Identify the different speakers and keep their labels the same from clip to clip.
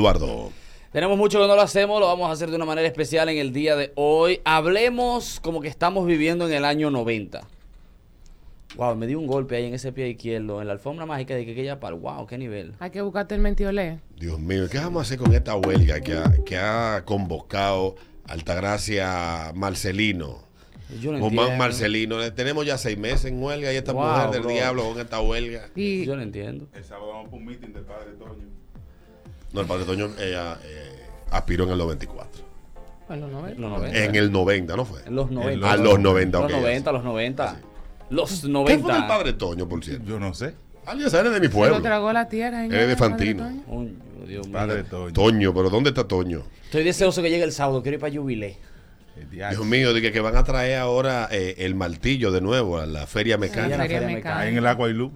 Speaker 1: Eduardo.
Speaker 2: Tenemos mucho que no lo hacemos, lo vamos a hacer de una manera especial en el día de hoy. Hablemos como que estamos viviendo en el año 90. Wow, me dio un golpe ahí en ese pie izquierdo, en la alfombra mágica de que ya para. Wow, qué nivel.
Speaker 3: Hay que buscarte el mentiolé.
Speaker 1: Dios mío, ¿qué vamos a hacer con esta huelga que ha, que ha convocado Altagracia Marcelino?
Speaker 2: Yo no
Speaker 1: Guzmán
Speaker 2: entiendo.
Speaker 1: Marcelino. Tenemos ya seis meses en huelga y esta
Speaker 2: Wow,
Speaker 1: mujer del
Speaker 2: bro.
Speaker 1: diablo con esta huelga.
Speaker 3: Y
Speaker 2: Yo no entiendo.
Speaker 4: El sábado vamos para un meeting del padre Toño.
Speaker 1: No, el padre Toño eh, ah, eh, aspiró en el 94.
Speaker 3: en los 90.
Speaker 2: Los 90.
Speaker 1: En el 90, ¿no fue?
Speaker 2: En los 90.
Speaker 1: A los 90, ok.
Speaker 2: Los 90, los 90. Los 90.
Speaker 1: ¿Qué fue del padre Toño, por cierto?
Speaker 4: Yo no sé.
Speaker 1: Alguien sale de mi
Speaker 3: Se lo
Speaker 1: pueblo.
Speaker 3: tragó la tierra. señora,
Speaker 1: de Fantino.
Speaker 3: madre Toño.
Speaker 2: Coño, Dios mío.
Speaker 4: Padre Toño.
Speaker 1: Toño, pero ¿dónde está Toño?
Speaker 2: Estoy deseoso que llegue el sábado, quiero ir para Jubilé.
Speaker 4: El diacho.
Speaker 1: Dios mío, dije que van a traer ahora eh, el martillo de nuevo a la feria
Speaker 3: La
Speaker 1: mecánica.
Speaker 2: feria
Speaker 3: feria
Speaker 2: mecánica.
Speaker 4: Ahí
Speaker 3: mecánica.
Speaker 4: en el agua y luz.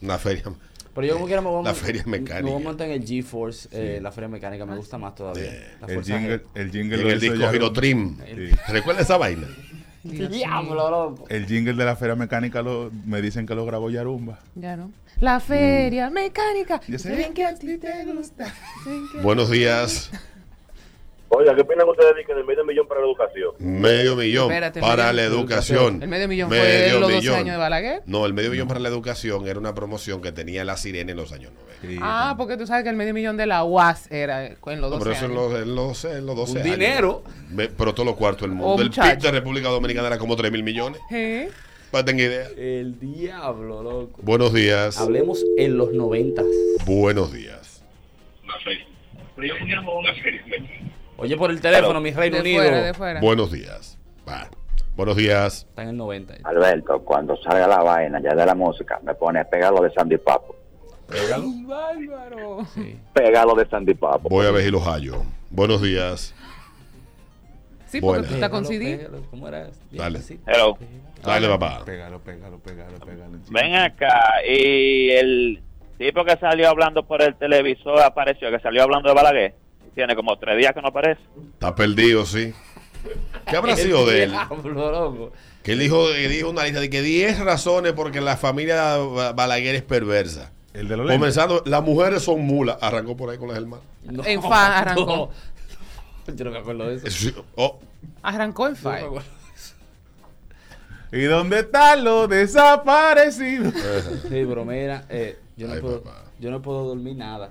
Speaker 1: Una feria.
Speaker 2: Pero yo como quiera me voy a
Speaker 1: La
Speaker 2: mon-
Speaker 1: feria mecánica.
Speaker 2: Me voy a montar en el GeForce, eh, la feria mecánica, me gusta más todavía. La
Speaker 4: El
Speaker 2: fuerza
Speaker 4: jingle, el
Speaker 1: En
Speaker 4: jingle lo
Speaker 1: el
Speaker 4: hizo
Speaker 1: disco
Speaker 4: ya-
Speaker 1: Girotrim.
Speaker 4: Sí.
Speaker 1: ¿Recuerda esa vaina?
Speaker 2: G. Diablo, loco.
Speaker 4: El jingle de la feria mecánica lo, me dicen que lo grabó Yarumba.
Speaker 3: Ya no. La feria mecánica.
Speaker 4: Yo sé
Speaker 3: Ven que a ti te gusta. Ven que-
Speaker 1: Buenos días.
Speaker 5: Oiga, ¿qué opinan ustedes de que de medio millón para la educación?
Speaker 1: Medio millón
Speaker 3: Espérate,
Speaker 1: para
Speaker 3: medio-
Speaker 1: la educación.
Speaker 3: El medio millón fue los 12 años de Balaguer.
Speaker 1: No, el medio millón para la educación era una promoción que tenía la sirena en los años 90.
Speaker 4: Sí.
Speaker 3: Ah, porque tú sabes que el medio millón de la UAS era en los
Speaker 1: No,
Speaker 3: 12
Speaker 1: pero eso en
Speaker 3: años.
Speaker 1: los, en los, en los 12
Speaker 2: Un
Speaker 1: años.
Speaker 2: dinero.
Speaker 1: Me- pero todos los cuartos del mundo.
Speaker 3: Oh,
Speaker 1: el PIB
Speaker 3: muchacho.
Speaker 1: de República Dominicana era como 3 mil millones.
Speaker 3: ¿Eh?
Speaker 1: Para tener idea.
Speaker 2: El diablo, loco.
Speaker 1: Buenos días.
Speaker 2: Hablemos en los 90.
Speaker 1: Buenos días.
Speaker 2: Oye, por el teléfono, mi Reino
Speaker 3: De
Speaker 2: Unido.
Speaker 3: fuera, de fuera.
Speaker 1: Buenos días. Va. Buenos días.
Speaker 2: Está en el 90.
Speaker 6: Alberto, cuando salga la vaina ya de la música, me pone pégalo de Sandy Papo.
Speaker 3: ¡Qué bárbaro!
Speaker 2: Sí.
Speaker 6: Pégalo de Sandy Papo.
Speaker 1: Voy a ver si los hallo. Buenos días.
Speaker 3: Sí, porque
Speaker 1: Bueno.
Speaker 3: tú estás con CD.
Speaker 2: Pégalo, pégalo. ¿Cómo era?
Speaker 1: Dale.
Speaker 2: Sí.
Speaker 7: Hello.
Speaker 1: Dale, papá.
Speaker 4: Ah, Pégalo, pégalo, pégalo, pégalo.
Speaker 7: Ven acá, y el tipo que salió hablando por el televisor apareció, que salió hablando de Balaguer. Tiene como tres días que no aparece.
Speaker 1: Está perdido, sí. ¿Qué habrá sido de él?
Speaker 2: Diablo, loco.
Speaker 1: Que él dijo, que dijo una lista de que 10 razones porque la familia Ba- Balaguer es perversa.
Speaker 4: El de los lentes.
Speaker 1: Comenzando, las mujeres son mulas. Arrancó por ahí con las hermanas.
Speaker 2: No,
Speaker 3: En fa arrancó.
Speaker 2: no. Yo no me acuerdo de eso.
Speaker 1: Sí, oh,
Speaker 3: Arrancó en
Speaker 2: Yo no me
Speaker 3: Five.
Speaker 2: acuerdo.
Speaker 4: ¿Y dónde están los desaparecidos?
Speaker 2: Sí, pero mira, eh, yo, no
Speaker 1: Ay,
Speaker 2: puedo,
Speaker 1: papá.
Speaker 2: yo no puedo dormir nada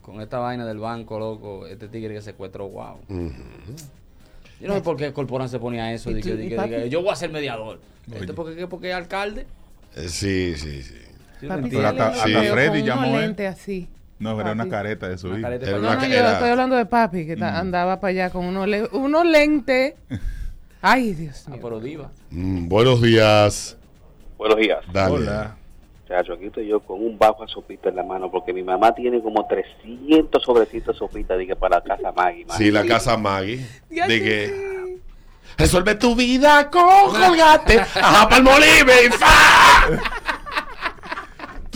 Speaker 2: con esta vaina del banco, loco. Este tigre que secuestró, wow. Yo no sé por qué Corporán se ponía eso.
Speaker 3: ¿Y
Speaker 2: de que-
Speaker 3: tú-
Speaker 2: de
Speaker 3: y
Speaker 2: que-
Speaker 3: papi?
Speaker 2: de que yo voy a ser mediador.
Speaker 4: Oye.
Speaker 2: Este porque, porque es alcalde.
Speaker 1: eh, sí, sí, sí.
Speaker 2: Yo no
Speaker 3: Papi,
Speaker 2: entiendo.
Speaker 4: Pero
Speaker 3: yo
Speaker 4: hasta-
Speaker 3: le
Speaker 1: hasta
Speaker 3: veo
Speaker 4: Freddy
Speaker 3: con
Speaker 4: llamó
Speaker 3: unos
Speaker 4: a él.
Speaker 3: lentes así.
Speaker 4: No, pero era una
Speaker 3: Papi.
Speaker 4: careta de su
Speaker 2: Ah, Una
Speaker 4: hijo.
Speaker 2: careta
Speaker 1: Era
Speaker 2: para-
Speaker 1: una
Speaker 3: No, no, yo
Speaker 1: era- Mm.
Speaker 3: estoy hablando de papi, que ta- andaba para allá con unos, le- unos lentes. Ay, Dios
Speaker 2: Ah,
Speaker 3: mío.
Speaker 2: pero diva.
Speaker 1: Mm, buenos días.
Speaker 5: Buenos días.
Speaker 1: Dale.
Speaker 4: Hola.
Speaker 5: Chacho, aquí estoy yo con un bajo de sopita en la mano porque mi mamá tiene como 300 sobrecitos de sopita dije, para la casa Maggie. man.
Speaker 1: Sí, la casa Maggie.
Speaker 3: Ya
Speaker 1: De
Speaker 3: sí,
Speaker 1: que
Speaker 3: sí.
Speaker 1: resuelve tu vida con Colgate. Ajá, Palmolive. y fa.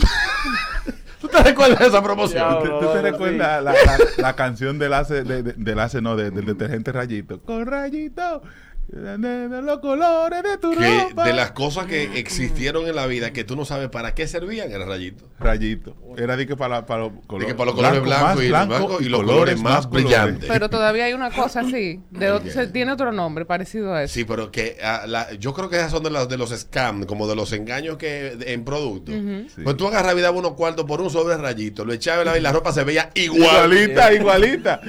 Speaker 1: ¿Tú te recuerdas de esa promoción?
Speaker 4: ¿Tú, tú te recuerdas la, la- la canción del hace, de, de- del hace, no, de- del detergente Rayito? Con Rayito, de, de- de los colores de tu
Speaker 1: que
Speaker 4: ropa.
Speaker 1: de las cosas que existieron en la vida que tú no sabes para qué servían el rayito.
Speaker 4: Rayito. Era de que para, para los
Speaker 1: De
Speaker 4: colores,
Speaker 1: que para los colores
Speaker 4: blanco,
Speaker 1: blancos
Speaker 4: más
Speaker 1: y,
Speaker 4: blanco
Speaker 1: blanco y
Speaker 4: y
Speaker 1: los colores más
Speaker 4: colores.
Speaker 1: brillantes.
Speaker 3: Pero todavía hay una cosa así. De otro- se- tiene otro nombre parecido a eso.
Speaker 1: Sí, pero que ah, la- yo creo que esas son de, las, de los scams, como de los engaños que de- en producto.
Speaker 4: Sí.
Speaker 1: Pues tú agarrabas y dabas unos cuartos por un sobre rayito, lo echabas y la, y la ropa se veía igual.
Speaker 4: Igualita, igualita.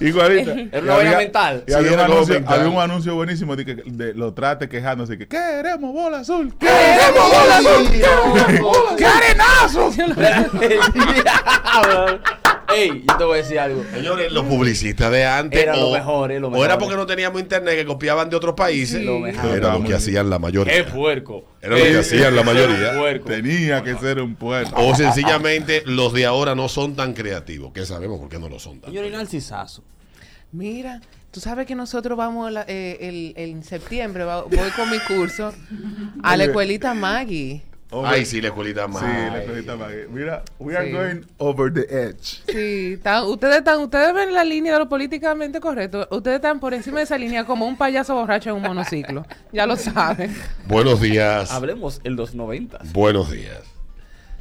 Speaker 4: Igualita.
Speaker 2: Era
Speaker 4: Y
Speaker 2: una vaina mental.
Speaker 4: y
Speaker 1: Sí,
Speaker 4: había, un
Speaker 1: era como
Speaker 4: anuncio,
Speaker 1: mental.
Speaker 4: había un anuncio buenísimo de, que, de los trates quejándose que queremos bola azul.
Speaker 1: ¡Queremos bola
Speaker 3: ¡Oh,
Speaker 1: azul!
Speaker 4: ¡Qué arenazo!
Speaker 2: Diablo. Ey, yo te voy a decir algo.
Speaker 1: Señores, los publicistas de antes.
Speaker 2: Era lo
Speaker 1: o,
Speaker 2: mejor, eh, lo
Speaker 1: o
Speaker 2: mejor.
Speaker 1: era porque no teníamos internet que copiaban de otros países.
Speaker 3: Sí. Lo
Speaker 2: mejor.
Speaker 1: Era lo que hacían la mayoría.
Speaker 2: Es puerco.
Speaker 1: Era lo que
Speaker 2: Eh,
Speaker 1: hacían la mayoría.
Speaker 2: es puerco.
Speaker 4: Tenía que ser un puerto.
Speaker 1: O sencillamente los de ahora no son tan creativos, que sabemos por qué no lo son tan.
Speaker 2: Señor, y narcisazo.
Speaker 3: Mira, tú sabes que nosotros vamos la- eh, el, en septiembre, va- voy con mi curso a la escuelita Maggie.
Speaker 4: Over-
Speaker 1: Ay, sí, la escuelita
Speaker 4: Sí,
Speaker 1: más.
Speaker 4: la escuelita Maggie. Mira, we are
Speaker 3: Sí.
Speaker 4: going over the edge.
Speaker 3: Sí, está- ustedes están, ustedes ven la línea de lo políticamente correcto. Ustedes están por encima de esa línea como un payaso borracho en un monociclo. Ya lo saben.
Speaker 1: Buenos días.
Speaker 2: Hablemos en los 90.
Speaker 1: Buenos días.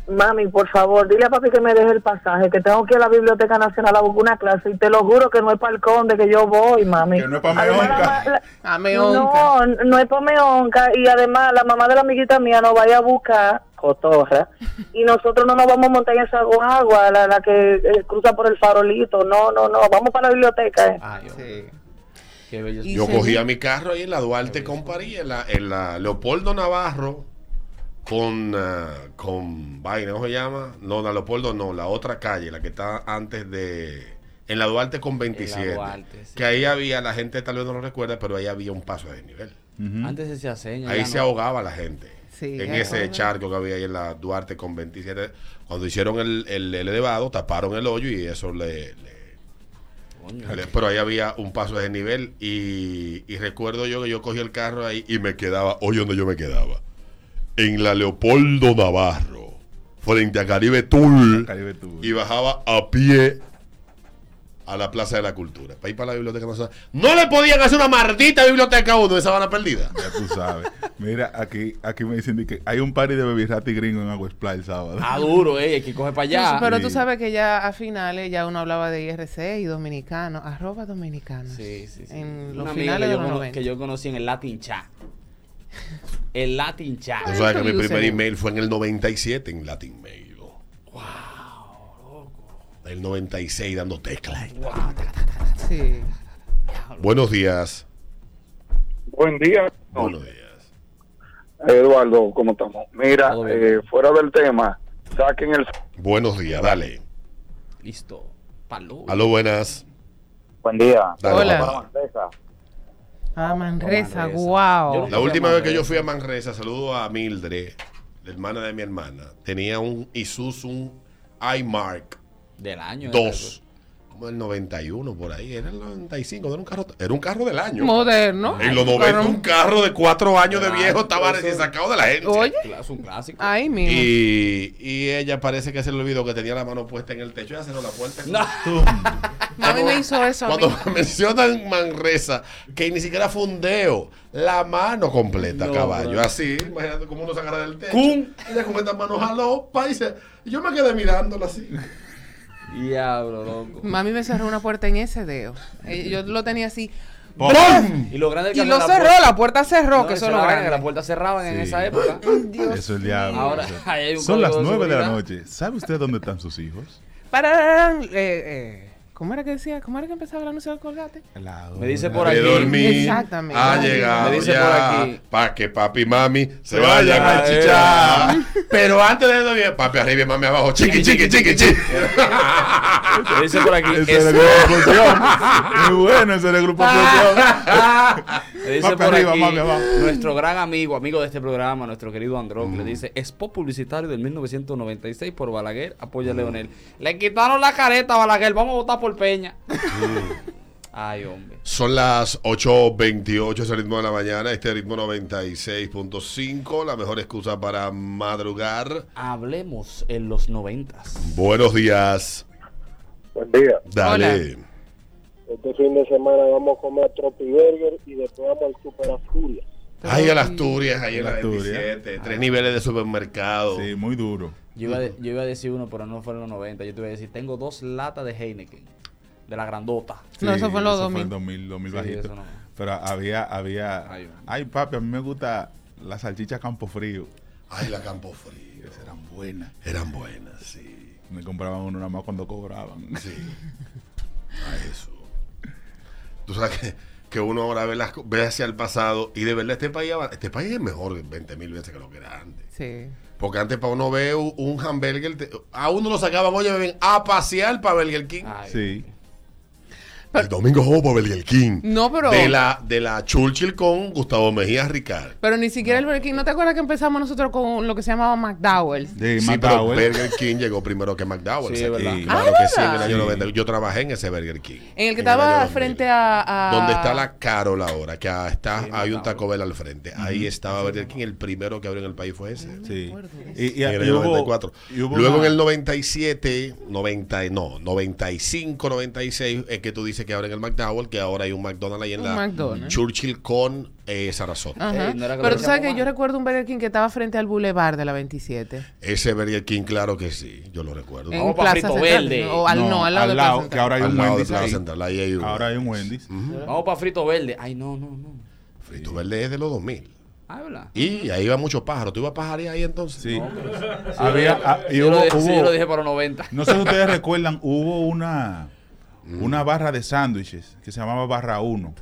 Speaker 8: mami, por favor, dile a papi que me deje el pasaje, que tengo que ir a la Biblioteca Nacional a buscar una clase y te lo juro que no es para el conde que yo voy, mami.
Speaker 4: Que no es pa'
Speaker 8: Además,
Speaker 4: Meonca.
Speaker 8: la ma- la-
Speaker 3: A Meonca.
Speaker 8: No, no es para Meonca y además la mamá de la amiguita mía nos vaya a buscar cotorra y nosotros no nos vamos a montar en esa guagua, la, la que eh, cruza por el farolito, no, no, no, vamos para la biblioteca. eh.
Speaker 2: Ay, Ah, hombre,
Speaker 3: Sí.
Speaker 2: qué bello.
Speaker 3: Y
Speaker 1: Yo
Speaker 3: señor-
Speaker 1: cogía mi carro ahí en la Duarte con París, en la, en la Leopoldo Navarro, con, ah, con vaina, ¿cómo se llama? No, la Leopoldo no, la otra calle, la que está antes de... En la Duarte con 27.
Speaker 2: Duarte, sí.
Speaker 1: Que ahí había, la gente tal vez no lo recuerda, pero ahí había un paso de nivel.
Speaker 2: Antes se hacía seña.
Speaker 1: Mm. Ahí
Speaker 2: ya
Speaker 1: se
Speaker 2: no.
Speaker 1: ahogaba la gente.
Speaker 3: Sí,
Speaker 1: en
Speaker 3: ya
Speaker 1: ese
Speaker 3: ahora.
Speaker 1: charco que había ahí en la Duarte con 27. Cuando hicieron el, el, el elevado, taparon el hoyo y eso le- le,
Speaker 2: Coño.
Speaker 1: Vale, Pero ahí había un paso de nivel y, y recuerdo yo que yo cogí el carro ahí y me quedaba, hoy donde yo me quedaba, en la Leopoldo Navarro, frente a Caribe Tour,
Speaker 4: Caribe Tour.
Speaker 1: y bajaba a pie a la Plaza de la Cultura, para ir para la Biblioteca Nacional. No le podían hacer una maldita biblioteca a uno de Sabana Perdida.
Speaker 4: Ya tú sabes. Mira, aquí, aquí me dicen de que hay un party de Bebirrati gringo en Agua Splash el sábado.
Speaker 2: Ah, duro, eh, el que coge para allá.
Speaker 3: Pero tú
Speaker 4: Sí.
Speaker 3: sabes que ya a finales ya uno hablaba de IRC y dominicano, arroba dominicanos.
Speaker 2: Sí, sí, sí.
Speaker 3: En
Speaker 2: Una
Speaker 3: los
Speaker 2: amiga que
Speaker 3: finales de
Speaker 2: yo,
Speaker 3: los
Speaker 2: cono-
Speaker 3: 90.
Speaker 2: que yo conocí en el Latin Chat. El Latin Chat.
Speaker 1: Tú
Speaker 3: Ay,
Speaker 1: sabes que mi
Speaker 3: eso
Speaker 1: primer
Speaker 3: yo sé.
Speaker 1: email fue en el 97 en Latin Mail. Wow, El 96 dando tecla.
Speaker 3: Sí.
Speaker 1: Buenos días.
Speaker 9: Buen día.
Speaker 1: Buenos días.
Speaker 9: Eduardo, ¿cómo estamos? Mira,
Speaker 2: Todo bien.
Speaker 9: eh, fuera del tema, saquen el...
Speaker 1: Buenos días, dale.
Speaker 2: Listo. Palo.
Speaker 1: Aló, buenas.
Speaker 6: Buen día.
Speaker 1: Dale,
Speaker 3: Hola.
Speaker 1: papá.
Speaker 3: Ah, Manresa,
Speaker 2: Manresa.
Speaker 3: guau.
Speaker 2: Yo no-
Speaker 1: La última vez que yo fui a Manresa, saludo a Mildred, la hermana de mi hermana. Tenía un Isuzu, un iMark
Speaker 2: Del año.
Speaker 1: 2, como el 91 por ahí, era el 95, no era un carro, era un carro del año.
Speaker 3: Moderno.
Speaker 1: En los 90 un carro de cuatro años de viejo estaba
Speaker 2: Eso-
Speaker 1: recién sacado de la gente.
Speaker 3: Oye.
Speaker 2: ¿eh? Es un clásico.
Speaker 3: Ahí mismo.
Speaker 1: Y, y ella parece que se le olvidó que tenía la mano puesta en el techo. Ella cerró la puerta.
Speaker 2: No.
Speaker 3: Mami me hizo eso a mí.
Speaker 1: Cuando mencionan Manresa, que ni siquiera fundeo, la mano completa,
Speaker 2: No,
Speaker 1: caballo.
Speaker 2: bro.
Speaker 1: Así, imagínate cómo uno se agarra del techo.
Speaker 2: ¡Cum!
Speaker 1: Ella con estas manos jaló, pa, y se- y yo me quedé mirándola así.
Speaker 2: Diablo, loco.
Speaker 3: Mami me cerró una puerta en ese dedo. Eh, Yo lo tenía así.
Speaker 2: Y lo grande es que
Speaker 3: Y lo
Speaker 2: la
Speaker 3: cerró,
Speaker 2: puerta-
Speaker 3: la puerta cerró,
Speaker 2: No,
Speaker 3: que
Speaker 2: eso
Speaker 3: eso es lo
Speaker 2: era que
Speaker 3: grande.
Speaker 2: La puerta cerraban en
Speaker 4: Sí.
Speaker 2: esa época.
Speaker 4: Eso es el diablo.
Speaker 2: Ahora,
Speaker 4: Eso.
Speaker 2: ahí hay un
Speaker 4: Son las
Speaker 2: código de
Speaker 4: 9 de la
Speaker 2: seguridad.
Speaker 4: noche. ¿Sabe usted dónde están sus hijos?
Speaker 3: Pararán, eh, eh, ¿Cómo era que decía? ¿Cómo era que empezaba el anuncio del colgate?
Speaker 2: Me dice
Speaker 4: hora.
Speaker 2: por aquí.
Speaker 1: De dormir
Speaker 3: Exactamente.
Speaker 1: ha llegado
Speaker 2: Me dice por
Speaker 1: ya
Speaker 2: aquí.
Speaker 1: para que papi y mami se
Speaker 4: Se
Speaker 1: vayan
Speaker 4: vayan
Speaker 1: a
Speaker 4: a
Speaker 1: chichar. Pero antes de dormir, papi arriba y mami abajo. Chiqui, chiqui, chiqui, chiqui.
Speaker 2: Lo dice por aquí.
Speaker 4: Ah, Ese
Speaker 2: es-
Speaker 4: era el grupo Fusión. Muy bueno ese era el grupo
Speaker 2: Ah. Le dice
Speaker 4: Papi
Speaker 2: por
Speaker 4: arriba,
Speaker 2: aquí,
Speaker 4: mami abajo.
Speaker 2: nuestro gran amigo, amigo de este programa, nuestro querido Andrón,
Speaker 4: Mm.
Speaker 2: que le dice, spot publicitario del 1996 por Balaguer,
Speaker 4: Mm.
Speaker 2: apoya a Leonel. Le quitaron la careta a Balaguer, vamos a votar por Peña. Ay, hombre.
Speaker 1: Son las 8.28, es el ritmo de la mañana, este ritmo 96.5, la mejor excusa para madrugar.
Speaker 2: Hablemos en los noventas.
Speaker 1: Buenos días.
Speaker 9: Buen día.
Speaker 1: Dale.
Speaker 9: Este fin de semana vamos a comer Tropi Burger y después vamos al Super Asturias.
Speaker 1: Ahí en Asturias, ahí en la
Speaker 4: Asturias.
Speaker 1: 27, tres niveles de supermercado.
Speaker 4: Sí, muy duro.
Speaker 2: Yo iba, a
Speaker 4: Mm.
Speaker 2: de- yo iba a decir uno, pero no fueron los 90. Yo te voy a decir, tengo dos latas de Heineken, de la grandota.
Speaker 3: No, eso fue en los 2000.
Speaker 4: en 2000, 2000
Speaker 2: Sí,
Speaker 4: bajito.
Speaker 2: eso no.
Speaker 4: Pero había, había...
Speaker 2: Ay,
Speaker 4: Ay, papi, a mí me gusta la salchicha Campo Frío.
Speaker 1: Ay, la Campo Frío.
Speaker 4: Eran buenas.
Speaker 1: Eran buenas, sí.
Speaker 4: Me compraban uno nada más cuando cobraban.
Speaker 1: Sí. A eso. Tú sabes que, que uno ahora ve, las co- ve hacia el pasado y de verdad este país, avan- este país es mejor 20 mil veces que lo que era antes.
Speaker 3: Sí.
Speaker 1: Porque antes para uno ver un, un hamburger, te- a uno lo sacaban, oye, ven a pasear para Burger King.
Speaker 3: Ah.
Speaker 2: Ay,
Speaker 4: Sí.
Speaker 1: El domingo jugó para Burger King.
Speaker 3: No, pero.
Speaker 1: De la, de la Churchill con Gustavo Mejía Ricard.
Speaker 3: Pero ni siquiera el Burger King. ¿No te acuerdas que empezamos nosotros con lo que se llamaba McDowell's?
Speaker 4: De
Speaker 1: sí, pero
Speaker 4: Matador.
Speaker 1: Burger King llegó primero que McDowell.
Speaker 2: Sí, es verdad.
Speaker 1: Claro que sí, en el año
Speaker 4: Sí.
Speaker 1: 90. Yo trabajé en ese Burger King.
Speaker 3: Ah, En el que
Speaker 1: año
Speaker 3: estaba
Speaker 1: 2000.
Speaker 3: frente a, a-
Speaker 1: Donde está la Carol ahora, que ah, está, hay un
Speaker 2: McDowell.
Speaker 1: Taco Bell al frente. Ahí estaba Burger King, el primero que abrió en el país fue ese.
Speaker 4: Sí.
Speaker 3: acuerdo de
Speaker 4: Y, y-
Speaker 1: En el
Speaker 4: y
Speaker 1: año
Speaker 4: hubo-
Speaker 1: 94.
Speaker 4: y hubo
Speaker 1: Luego
Speaker 4: una-
Speaker 1: en el 97, 90, no, 95, 96, es que tú dices franquicia que ahora en el McDowell, que ahora hay un McDonald's ahí en
Speaker 3: Un
Speaker 1: la
Speaker 3: McDonald's. Ah.
Speaker 1: Churchill con eh, Sarasota.
Speaker 3: Ajá.
Speaker 2: Ey, no era que
Speaker 3: Pero
Speaker 2: lo
Speaker 3: tú sabes
Speaker 2: decíamos
Speaker 3: que yo recuerdo un Burger King que estaba frente al Boulevard de la 27.
Speaker 1: Ese Burger King, claro que sí, yo lo recuerdo.
Speaker 3: En
Speaker 2: Vamos pa'
Speaker 3: Plaza
Speaker 2: Frito
Speaker 3: Central.
Speaker 2: Verde.
Speaker 3: O al, no, al lado de Plaza
Speaker 4: que
Speaker 3: Central.
Speaker 4: ahora hay
Speaker 1: Al
Speaker 4: un
Speaker 1: lado de
Speaker 4: Wendy's.
Speaker 1: Plaza
Speaker 4: ahí.
Speaker 1: Central, ahí hay un
Speaker 4: Ahora hay un
Speaker 1: Wendy's.
Speaker 4: Wendy's.
Speaker 2: Vamos para Frito Verde. Ay, no, no, no.
Speaker 1: Frito Verde es de los 2000.
Speaker 2: Ah, es ¿verdad?
Speaker 1: Y
Speaker 3: Mm.
Speaker 1: ahí iba mucho pájaro. ¿Tú ibas a pajarear ahí entonces?
Speaker 4: Sí. Había, ah, y
Speaker 2: Yo,
Speaker 4: hubo-
Speaker 2: lo, dije- sí,
Speaker 4: hubo-
Speaker 2: yo lo dije para 90.
Speaker 4: No sé si ustedes recuerdan, hubo una, una barra de sándwiches que se llamaba Barra 1.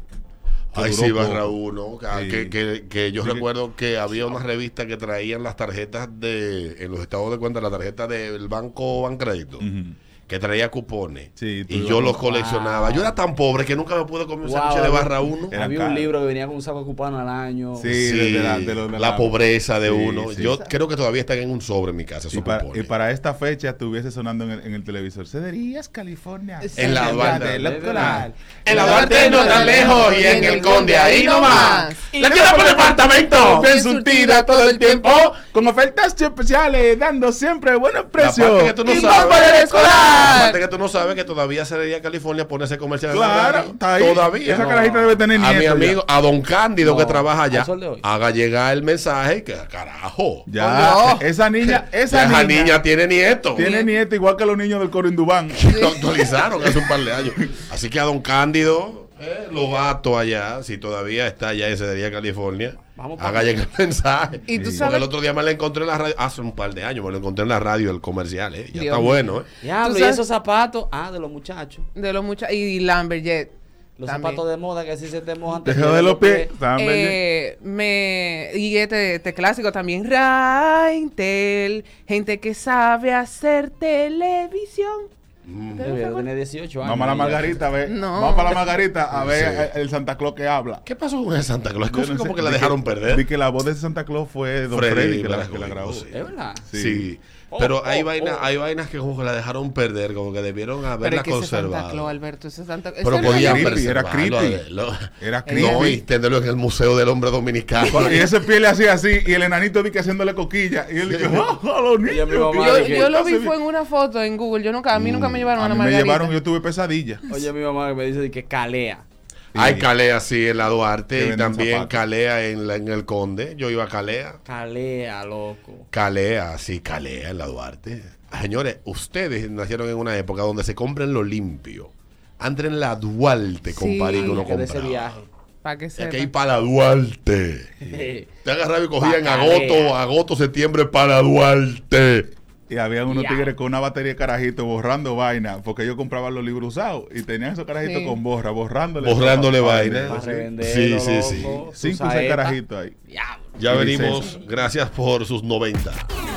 Speaker 4: que
Speaker 1: Ahí
Speaker 4: duró
Speaker 1: sí,
Speaker 4: poco.
Speaker 1: Barra 1.
Speaker 4: Sí.
Speaker 1: Ah, Que, que- que yo
Speaker 4: Sí, que-
Speaker 1: recuerdo que había una revista que traían las tarjetas de. En los estados de cuenta, la tarjeta del Banco Bancrédito.
Speaker 4: Ujú.
Speaker 1: Que traía cupones.
Speaker 4: Sí, tú
Speaker 1: y
Speaker 4: lo-
Speaker 1: yo los coleccionaba.
Speaker 2: Wow.
Speaker 1: Yo era tan pobre que nunca me pude comer un
Speaker 2: Wow.
Speaker 1: sándwich de Barra 1.
Speaker 4: Era
Speaker 2: Había
Speaker 4: caro.
Speaker 2: un libro que venía con un saco cupano al año.
Speaker 4: Sí. de- de la- de lo-
Speaker 1: la,
Speaker 4: de la-
Speaker 1: pobreza de
Speaker 4: Sí,
Speaker 1: uno.
Speaker 4: sí.
Speaker 1: Yo creo que todavía están en un sobre en mi casa.
Speaker 4: Y
Speaker 1: esos
Speaker 4: para,
Speaker 1: cupones.
Speaker 4: y para esta fecha estuviese sonando en el, en el televisor. Cederías, California.
Speaker 1: En la Duarte.
Speaker 4: de
Speaker 2: Ah.
Speaker 4: lo coral.
Speaker 1: En la Duarte no tan lejos y en el Conde ahí nomás. La quiero por el apartamento.
Speaker 4: Bien surtida todo el tiempo. Con ofertas especiales, dando siempre buenos
Speaker 1: La
Speaker 4: precios.
Speaker 1: parte que tú no
Speaker 4: Y
Speaker 1: sabes.
Speaker 4: Bárbara de Escolar.
Speaker 1: La parte que tú no sabes que todavía Cerería California pone ese comercial. en la
Speaker 4: Claro,
Speaker 1: radio.
Speaker 4: está ahí.
Speaker 1: Todavía.
Speaker 4: Esa carajita debe tener
Speaker 1: A mi
Speaker 4: nieto ya.
Speaker 1: amigo, a don Cándido
Speaker 2: No,
Speaker 1: que trabaja
Speaker 2: al
Speaker 1: allá,
Speaker 2: sol de hoy.
Speaker 1: haga llegar el mensaje que carajo.
Speaker 4: Ya,
Speaker 1: Oh,
Speaker 4: esa niña, esa,
Speaker 1: Esa niña,
Speaker 4: niña,
Speaker 1: tiene nieto.
Speaker 4: tiene nieto igual que los niños del coro Indubán.
Speaker 1: Lo actualizaron hace un par de años. Así que a don Cándido, eh, lo gato allá, si todavía está allá en Cerería California,
Speaker 2: Vamos pa-
Speaker 1: haga llegar el mensaje.
Speaker 3: Y tú
Speaker 1: Sí.
Speaker 3: sabes-
Speaker 1: Porque el otro día me lo encontré en la radio, hace un par de años me lo encontré en la radio el comercial, eh. Ya
Speaker 3: Dios
Speaker 1: está
Speaker 3: mío.
Speaker 1: bueno, eh.
Speaker 2: Diablo,
Speaker 3: ¿Tú
Speaker 2: y
Speaker 3: sabes?
Speaker 2: esos zapatos. Ah, de los muchachos.
Speaker 3: De los muchachos. Y Lamberjet.
Speaker 2: Los
Speaker 3: también.
Speaker 2: zapatos de moda que así se te mojan. te
Speaker 4: Deja
Speaker 2: pierden
Speaker 4: de los pies.
Speaker 3: Eh, me, y este, este clásico también, Raintel, gente que sabe hacer televisión.
Speaker 1: Mm.
Speaker 2: Yo tenía 18 años.
Speaker 4: Vamos a la
Speaker 2: ya.
Speaker 4: Margarita, a ver.
Speaker 3: No.
Speaker 4: Vamos para la Margarita a ver
Speaker 1: Sí.
Speaker 4: el Santa Claus que habla.
Speaker 1: ¿Qué pasó con el Santa Claus?
Speaker 4: Yo
Speaker 1: Es
Speaker 4: no
Speaker 1: como
Speaker 4: sé.
Speaker 1: que la
Speaker 4: Di
Speaker 1: dejaron
Speaker 4: que-
Speaker 1: perder.
Speaker 4: Di que la voz de Santa Claus fue Don
Speaker 1: Freddy
Speaker 4: Freddy, que, la, que la
Speaker 1: Blasco,
Speaker 4: grabó.
Speaker 1: sí.
Speaker 2: Es verdad.
Speaker 1: Sí.
Speaker 2: Oh,
Speaker 1: Pero
Speaker 2: oh,
Speaker 1: hay vainas,
Speaker 2: oh.
Speaker 1: hay vainas que como que la dejaron perder, como que debieron
Speaker 3: Pero es
Speaker 1: haberla
Speaker 3: que ese Santa Claus,
Speaker 1: conservado.
Speaker 3: Alberto, ese Santa ese
Speaker 1: Pero
Speaker 3: era
Speaker 1: podían
Speaker 3: yo.
Speaker 4: creepy, era
Speaker 1: preservarlo,
Speaker 4: creepy.
Speaker 1: lo-
Speaker 4: Era
Speaker 1: No,
Speaker 4: creepy.
Speaker 1: y tenerlo en el Museo del Hombre Dominicano.
Speaker 4: Y ese pie le hacía así, y el enanito di que haciéndole coquilla. Y él dijo, ¡Oh, los niños!
Speaker 2: Y a mi mamá
Speaker 4: que-
Speaker 3: Yo,
Speaker 2: que-
Speaker 3: yo lo vi fue en una foto en Google. Yo nunca, a mí nunca me llevaron a,
Speaker 4: A
Speaker 3: la
Speaker 4: mí me
Speaker 3: margarita.
Speaker 4: llevaron, yo tuve pesadilla.
Speaker 2: Oye, mi mamá me dice de que calea.
Speaker 1: Hay Calea, sí, en la
Speaker 4: Que
Speaker 1: Duarte. Y
Speaker 4: venden
Speaker 1: también
Speaker 4: zapatos.
Speaker 1: Calea en, la- en el Conde. Yo iba a Calea.
Speaker 2: Calea, loco.
Speaker 1: Calea, sí, Calea en la Duarte. Señores, ustedes nacieron en una época donde se compren lo limpio. Antes en la Duarte,
Speaker 3: Sí,
Speaker 1: compadre, que uno
Speaker 2: Que de ese
Speaker 1: compraba.
Speaker 2: viaje.
Speaker 3: Para que
Speaker 1: Y
Speaker 3: sepa.
Speaker 1: aquí hay para Duarte. Te agarraba y cogía en agosto, agosto, septiembre para Duarte.
Speaker 4: Y había unos
Speaker 2: Ya.
Speaker 4: tigres con una batería de carajitos borrando vaina, porque ellos compraban los libros usados y tenían esos carajitos
Speaker 3: Sí.
Speaker 4: con borra, borrándole.
Speaker 1: Borrándole
Speaker 4: ropa.
Speaker 1: vaina.
Speaker 4: Sí.
Speaker 2: Para revender.
Speaker 1: Sí, sí, sí.
Speaker 4: Cinco o seis carajitos ahí.
Speaker 2: Diablo.
Speaker 1: Ya
Speaker 4: Y
Speaker 1: venimos.
Speaker 4: licencia.
Speaker 1: Gracias por sus 90.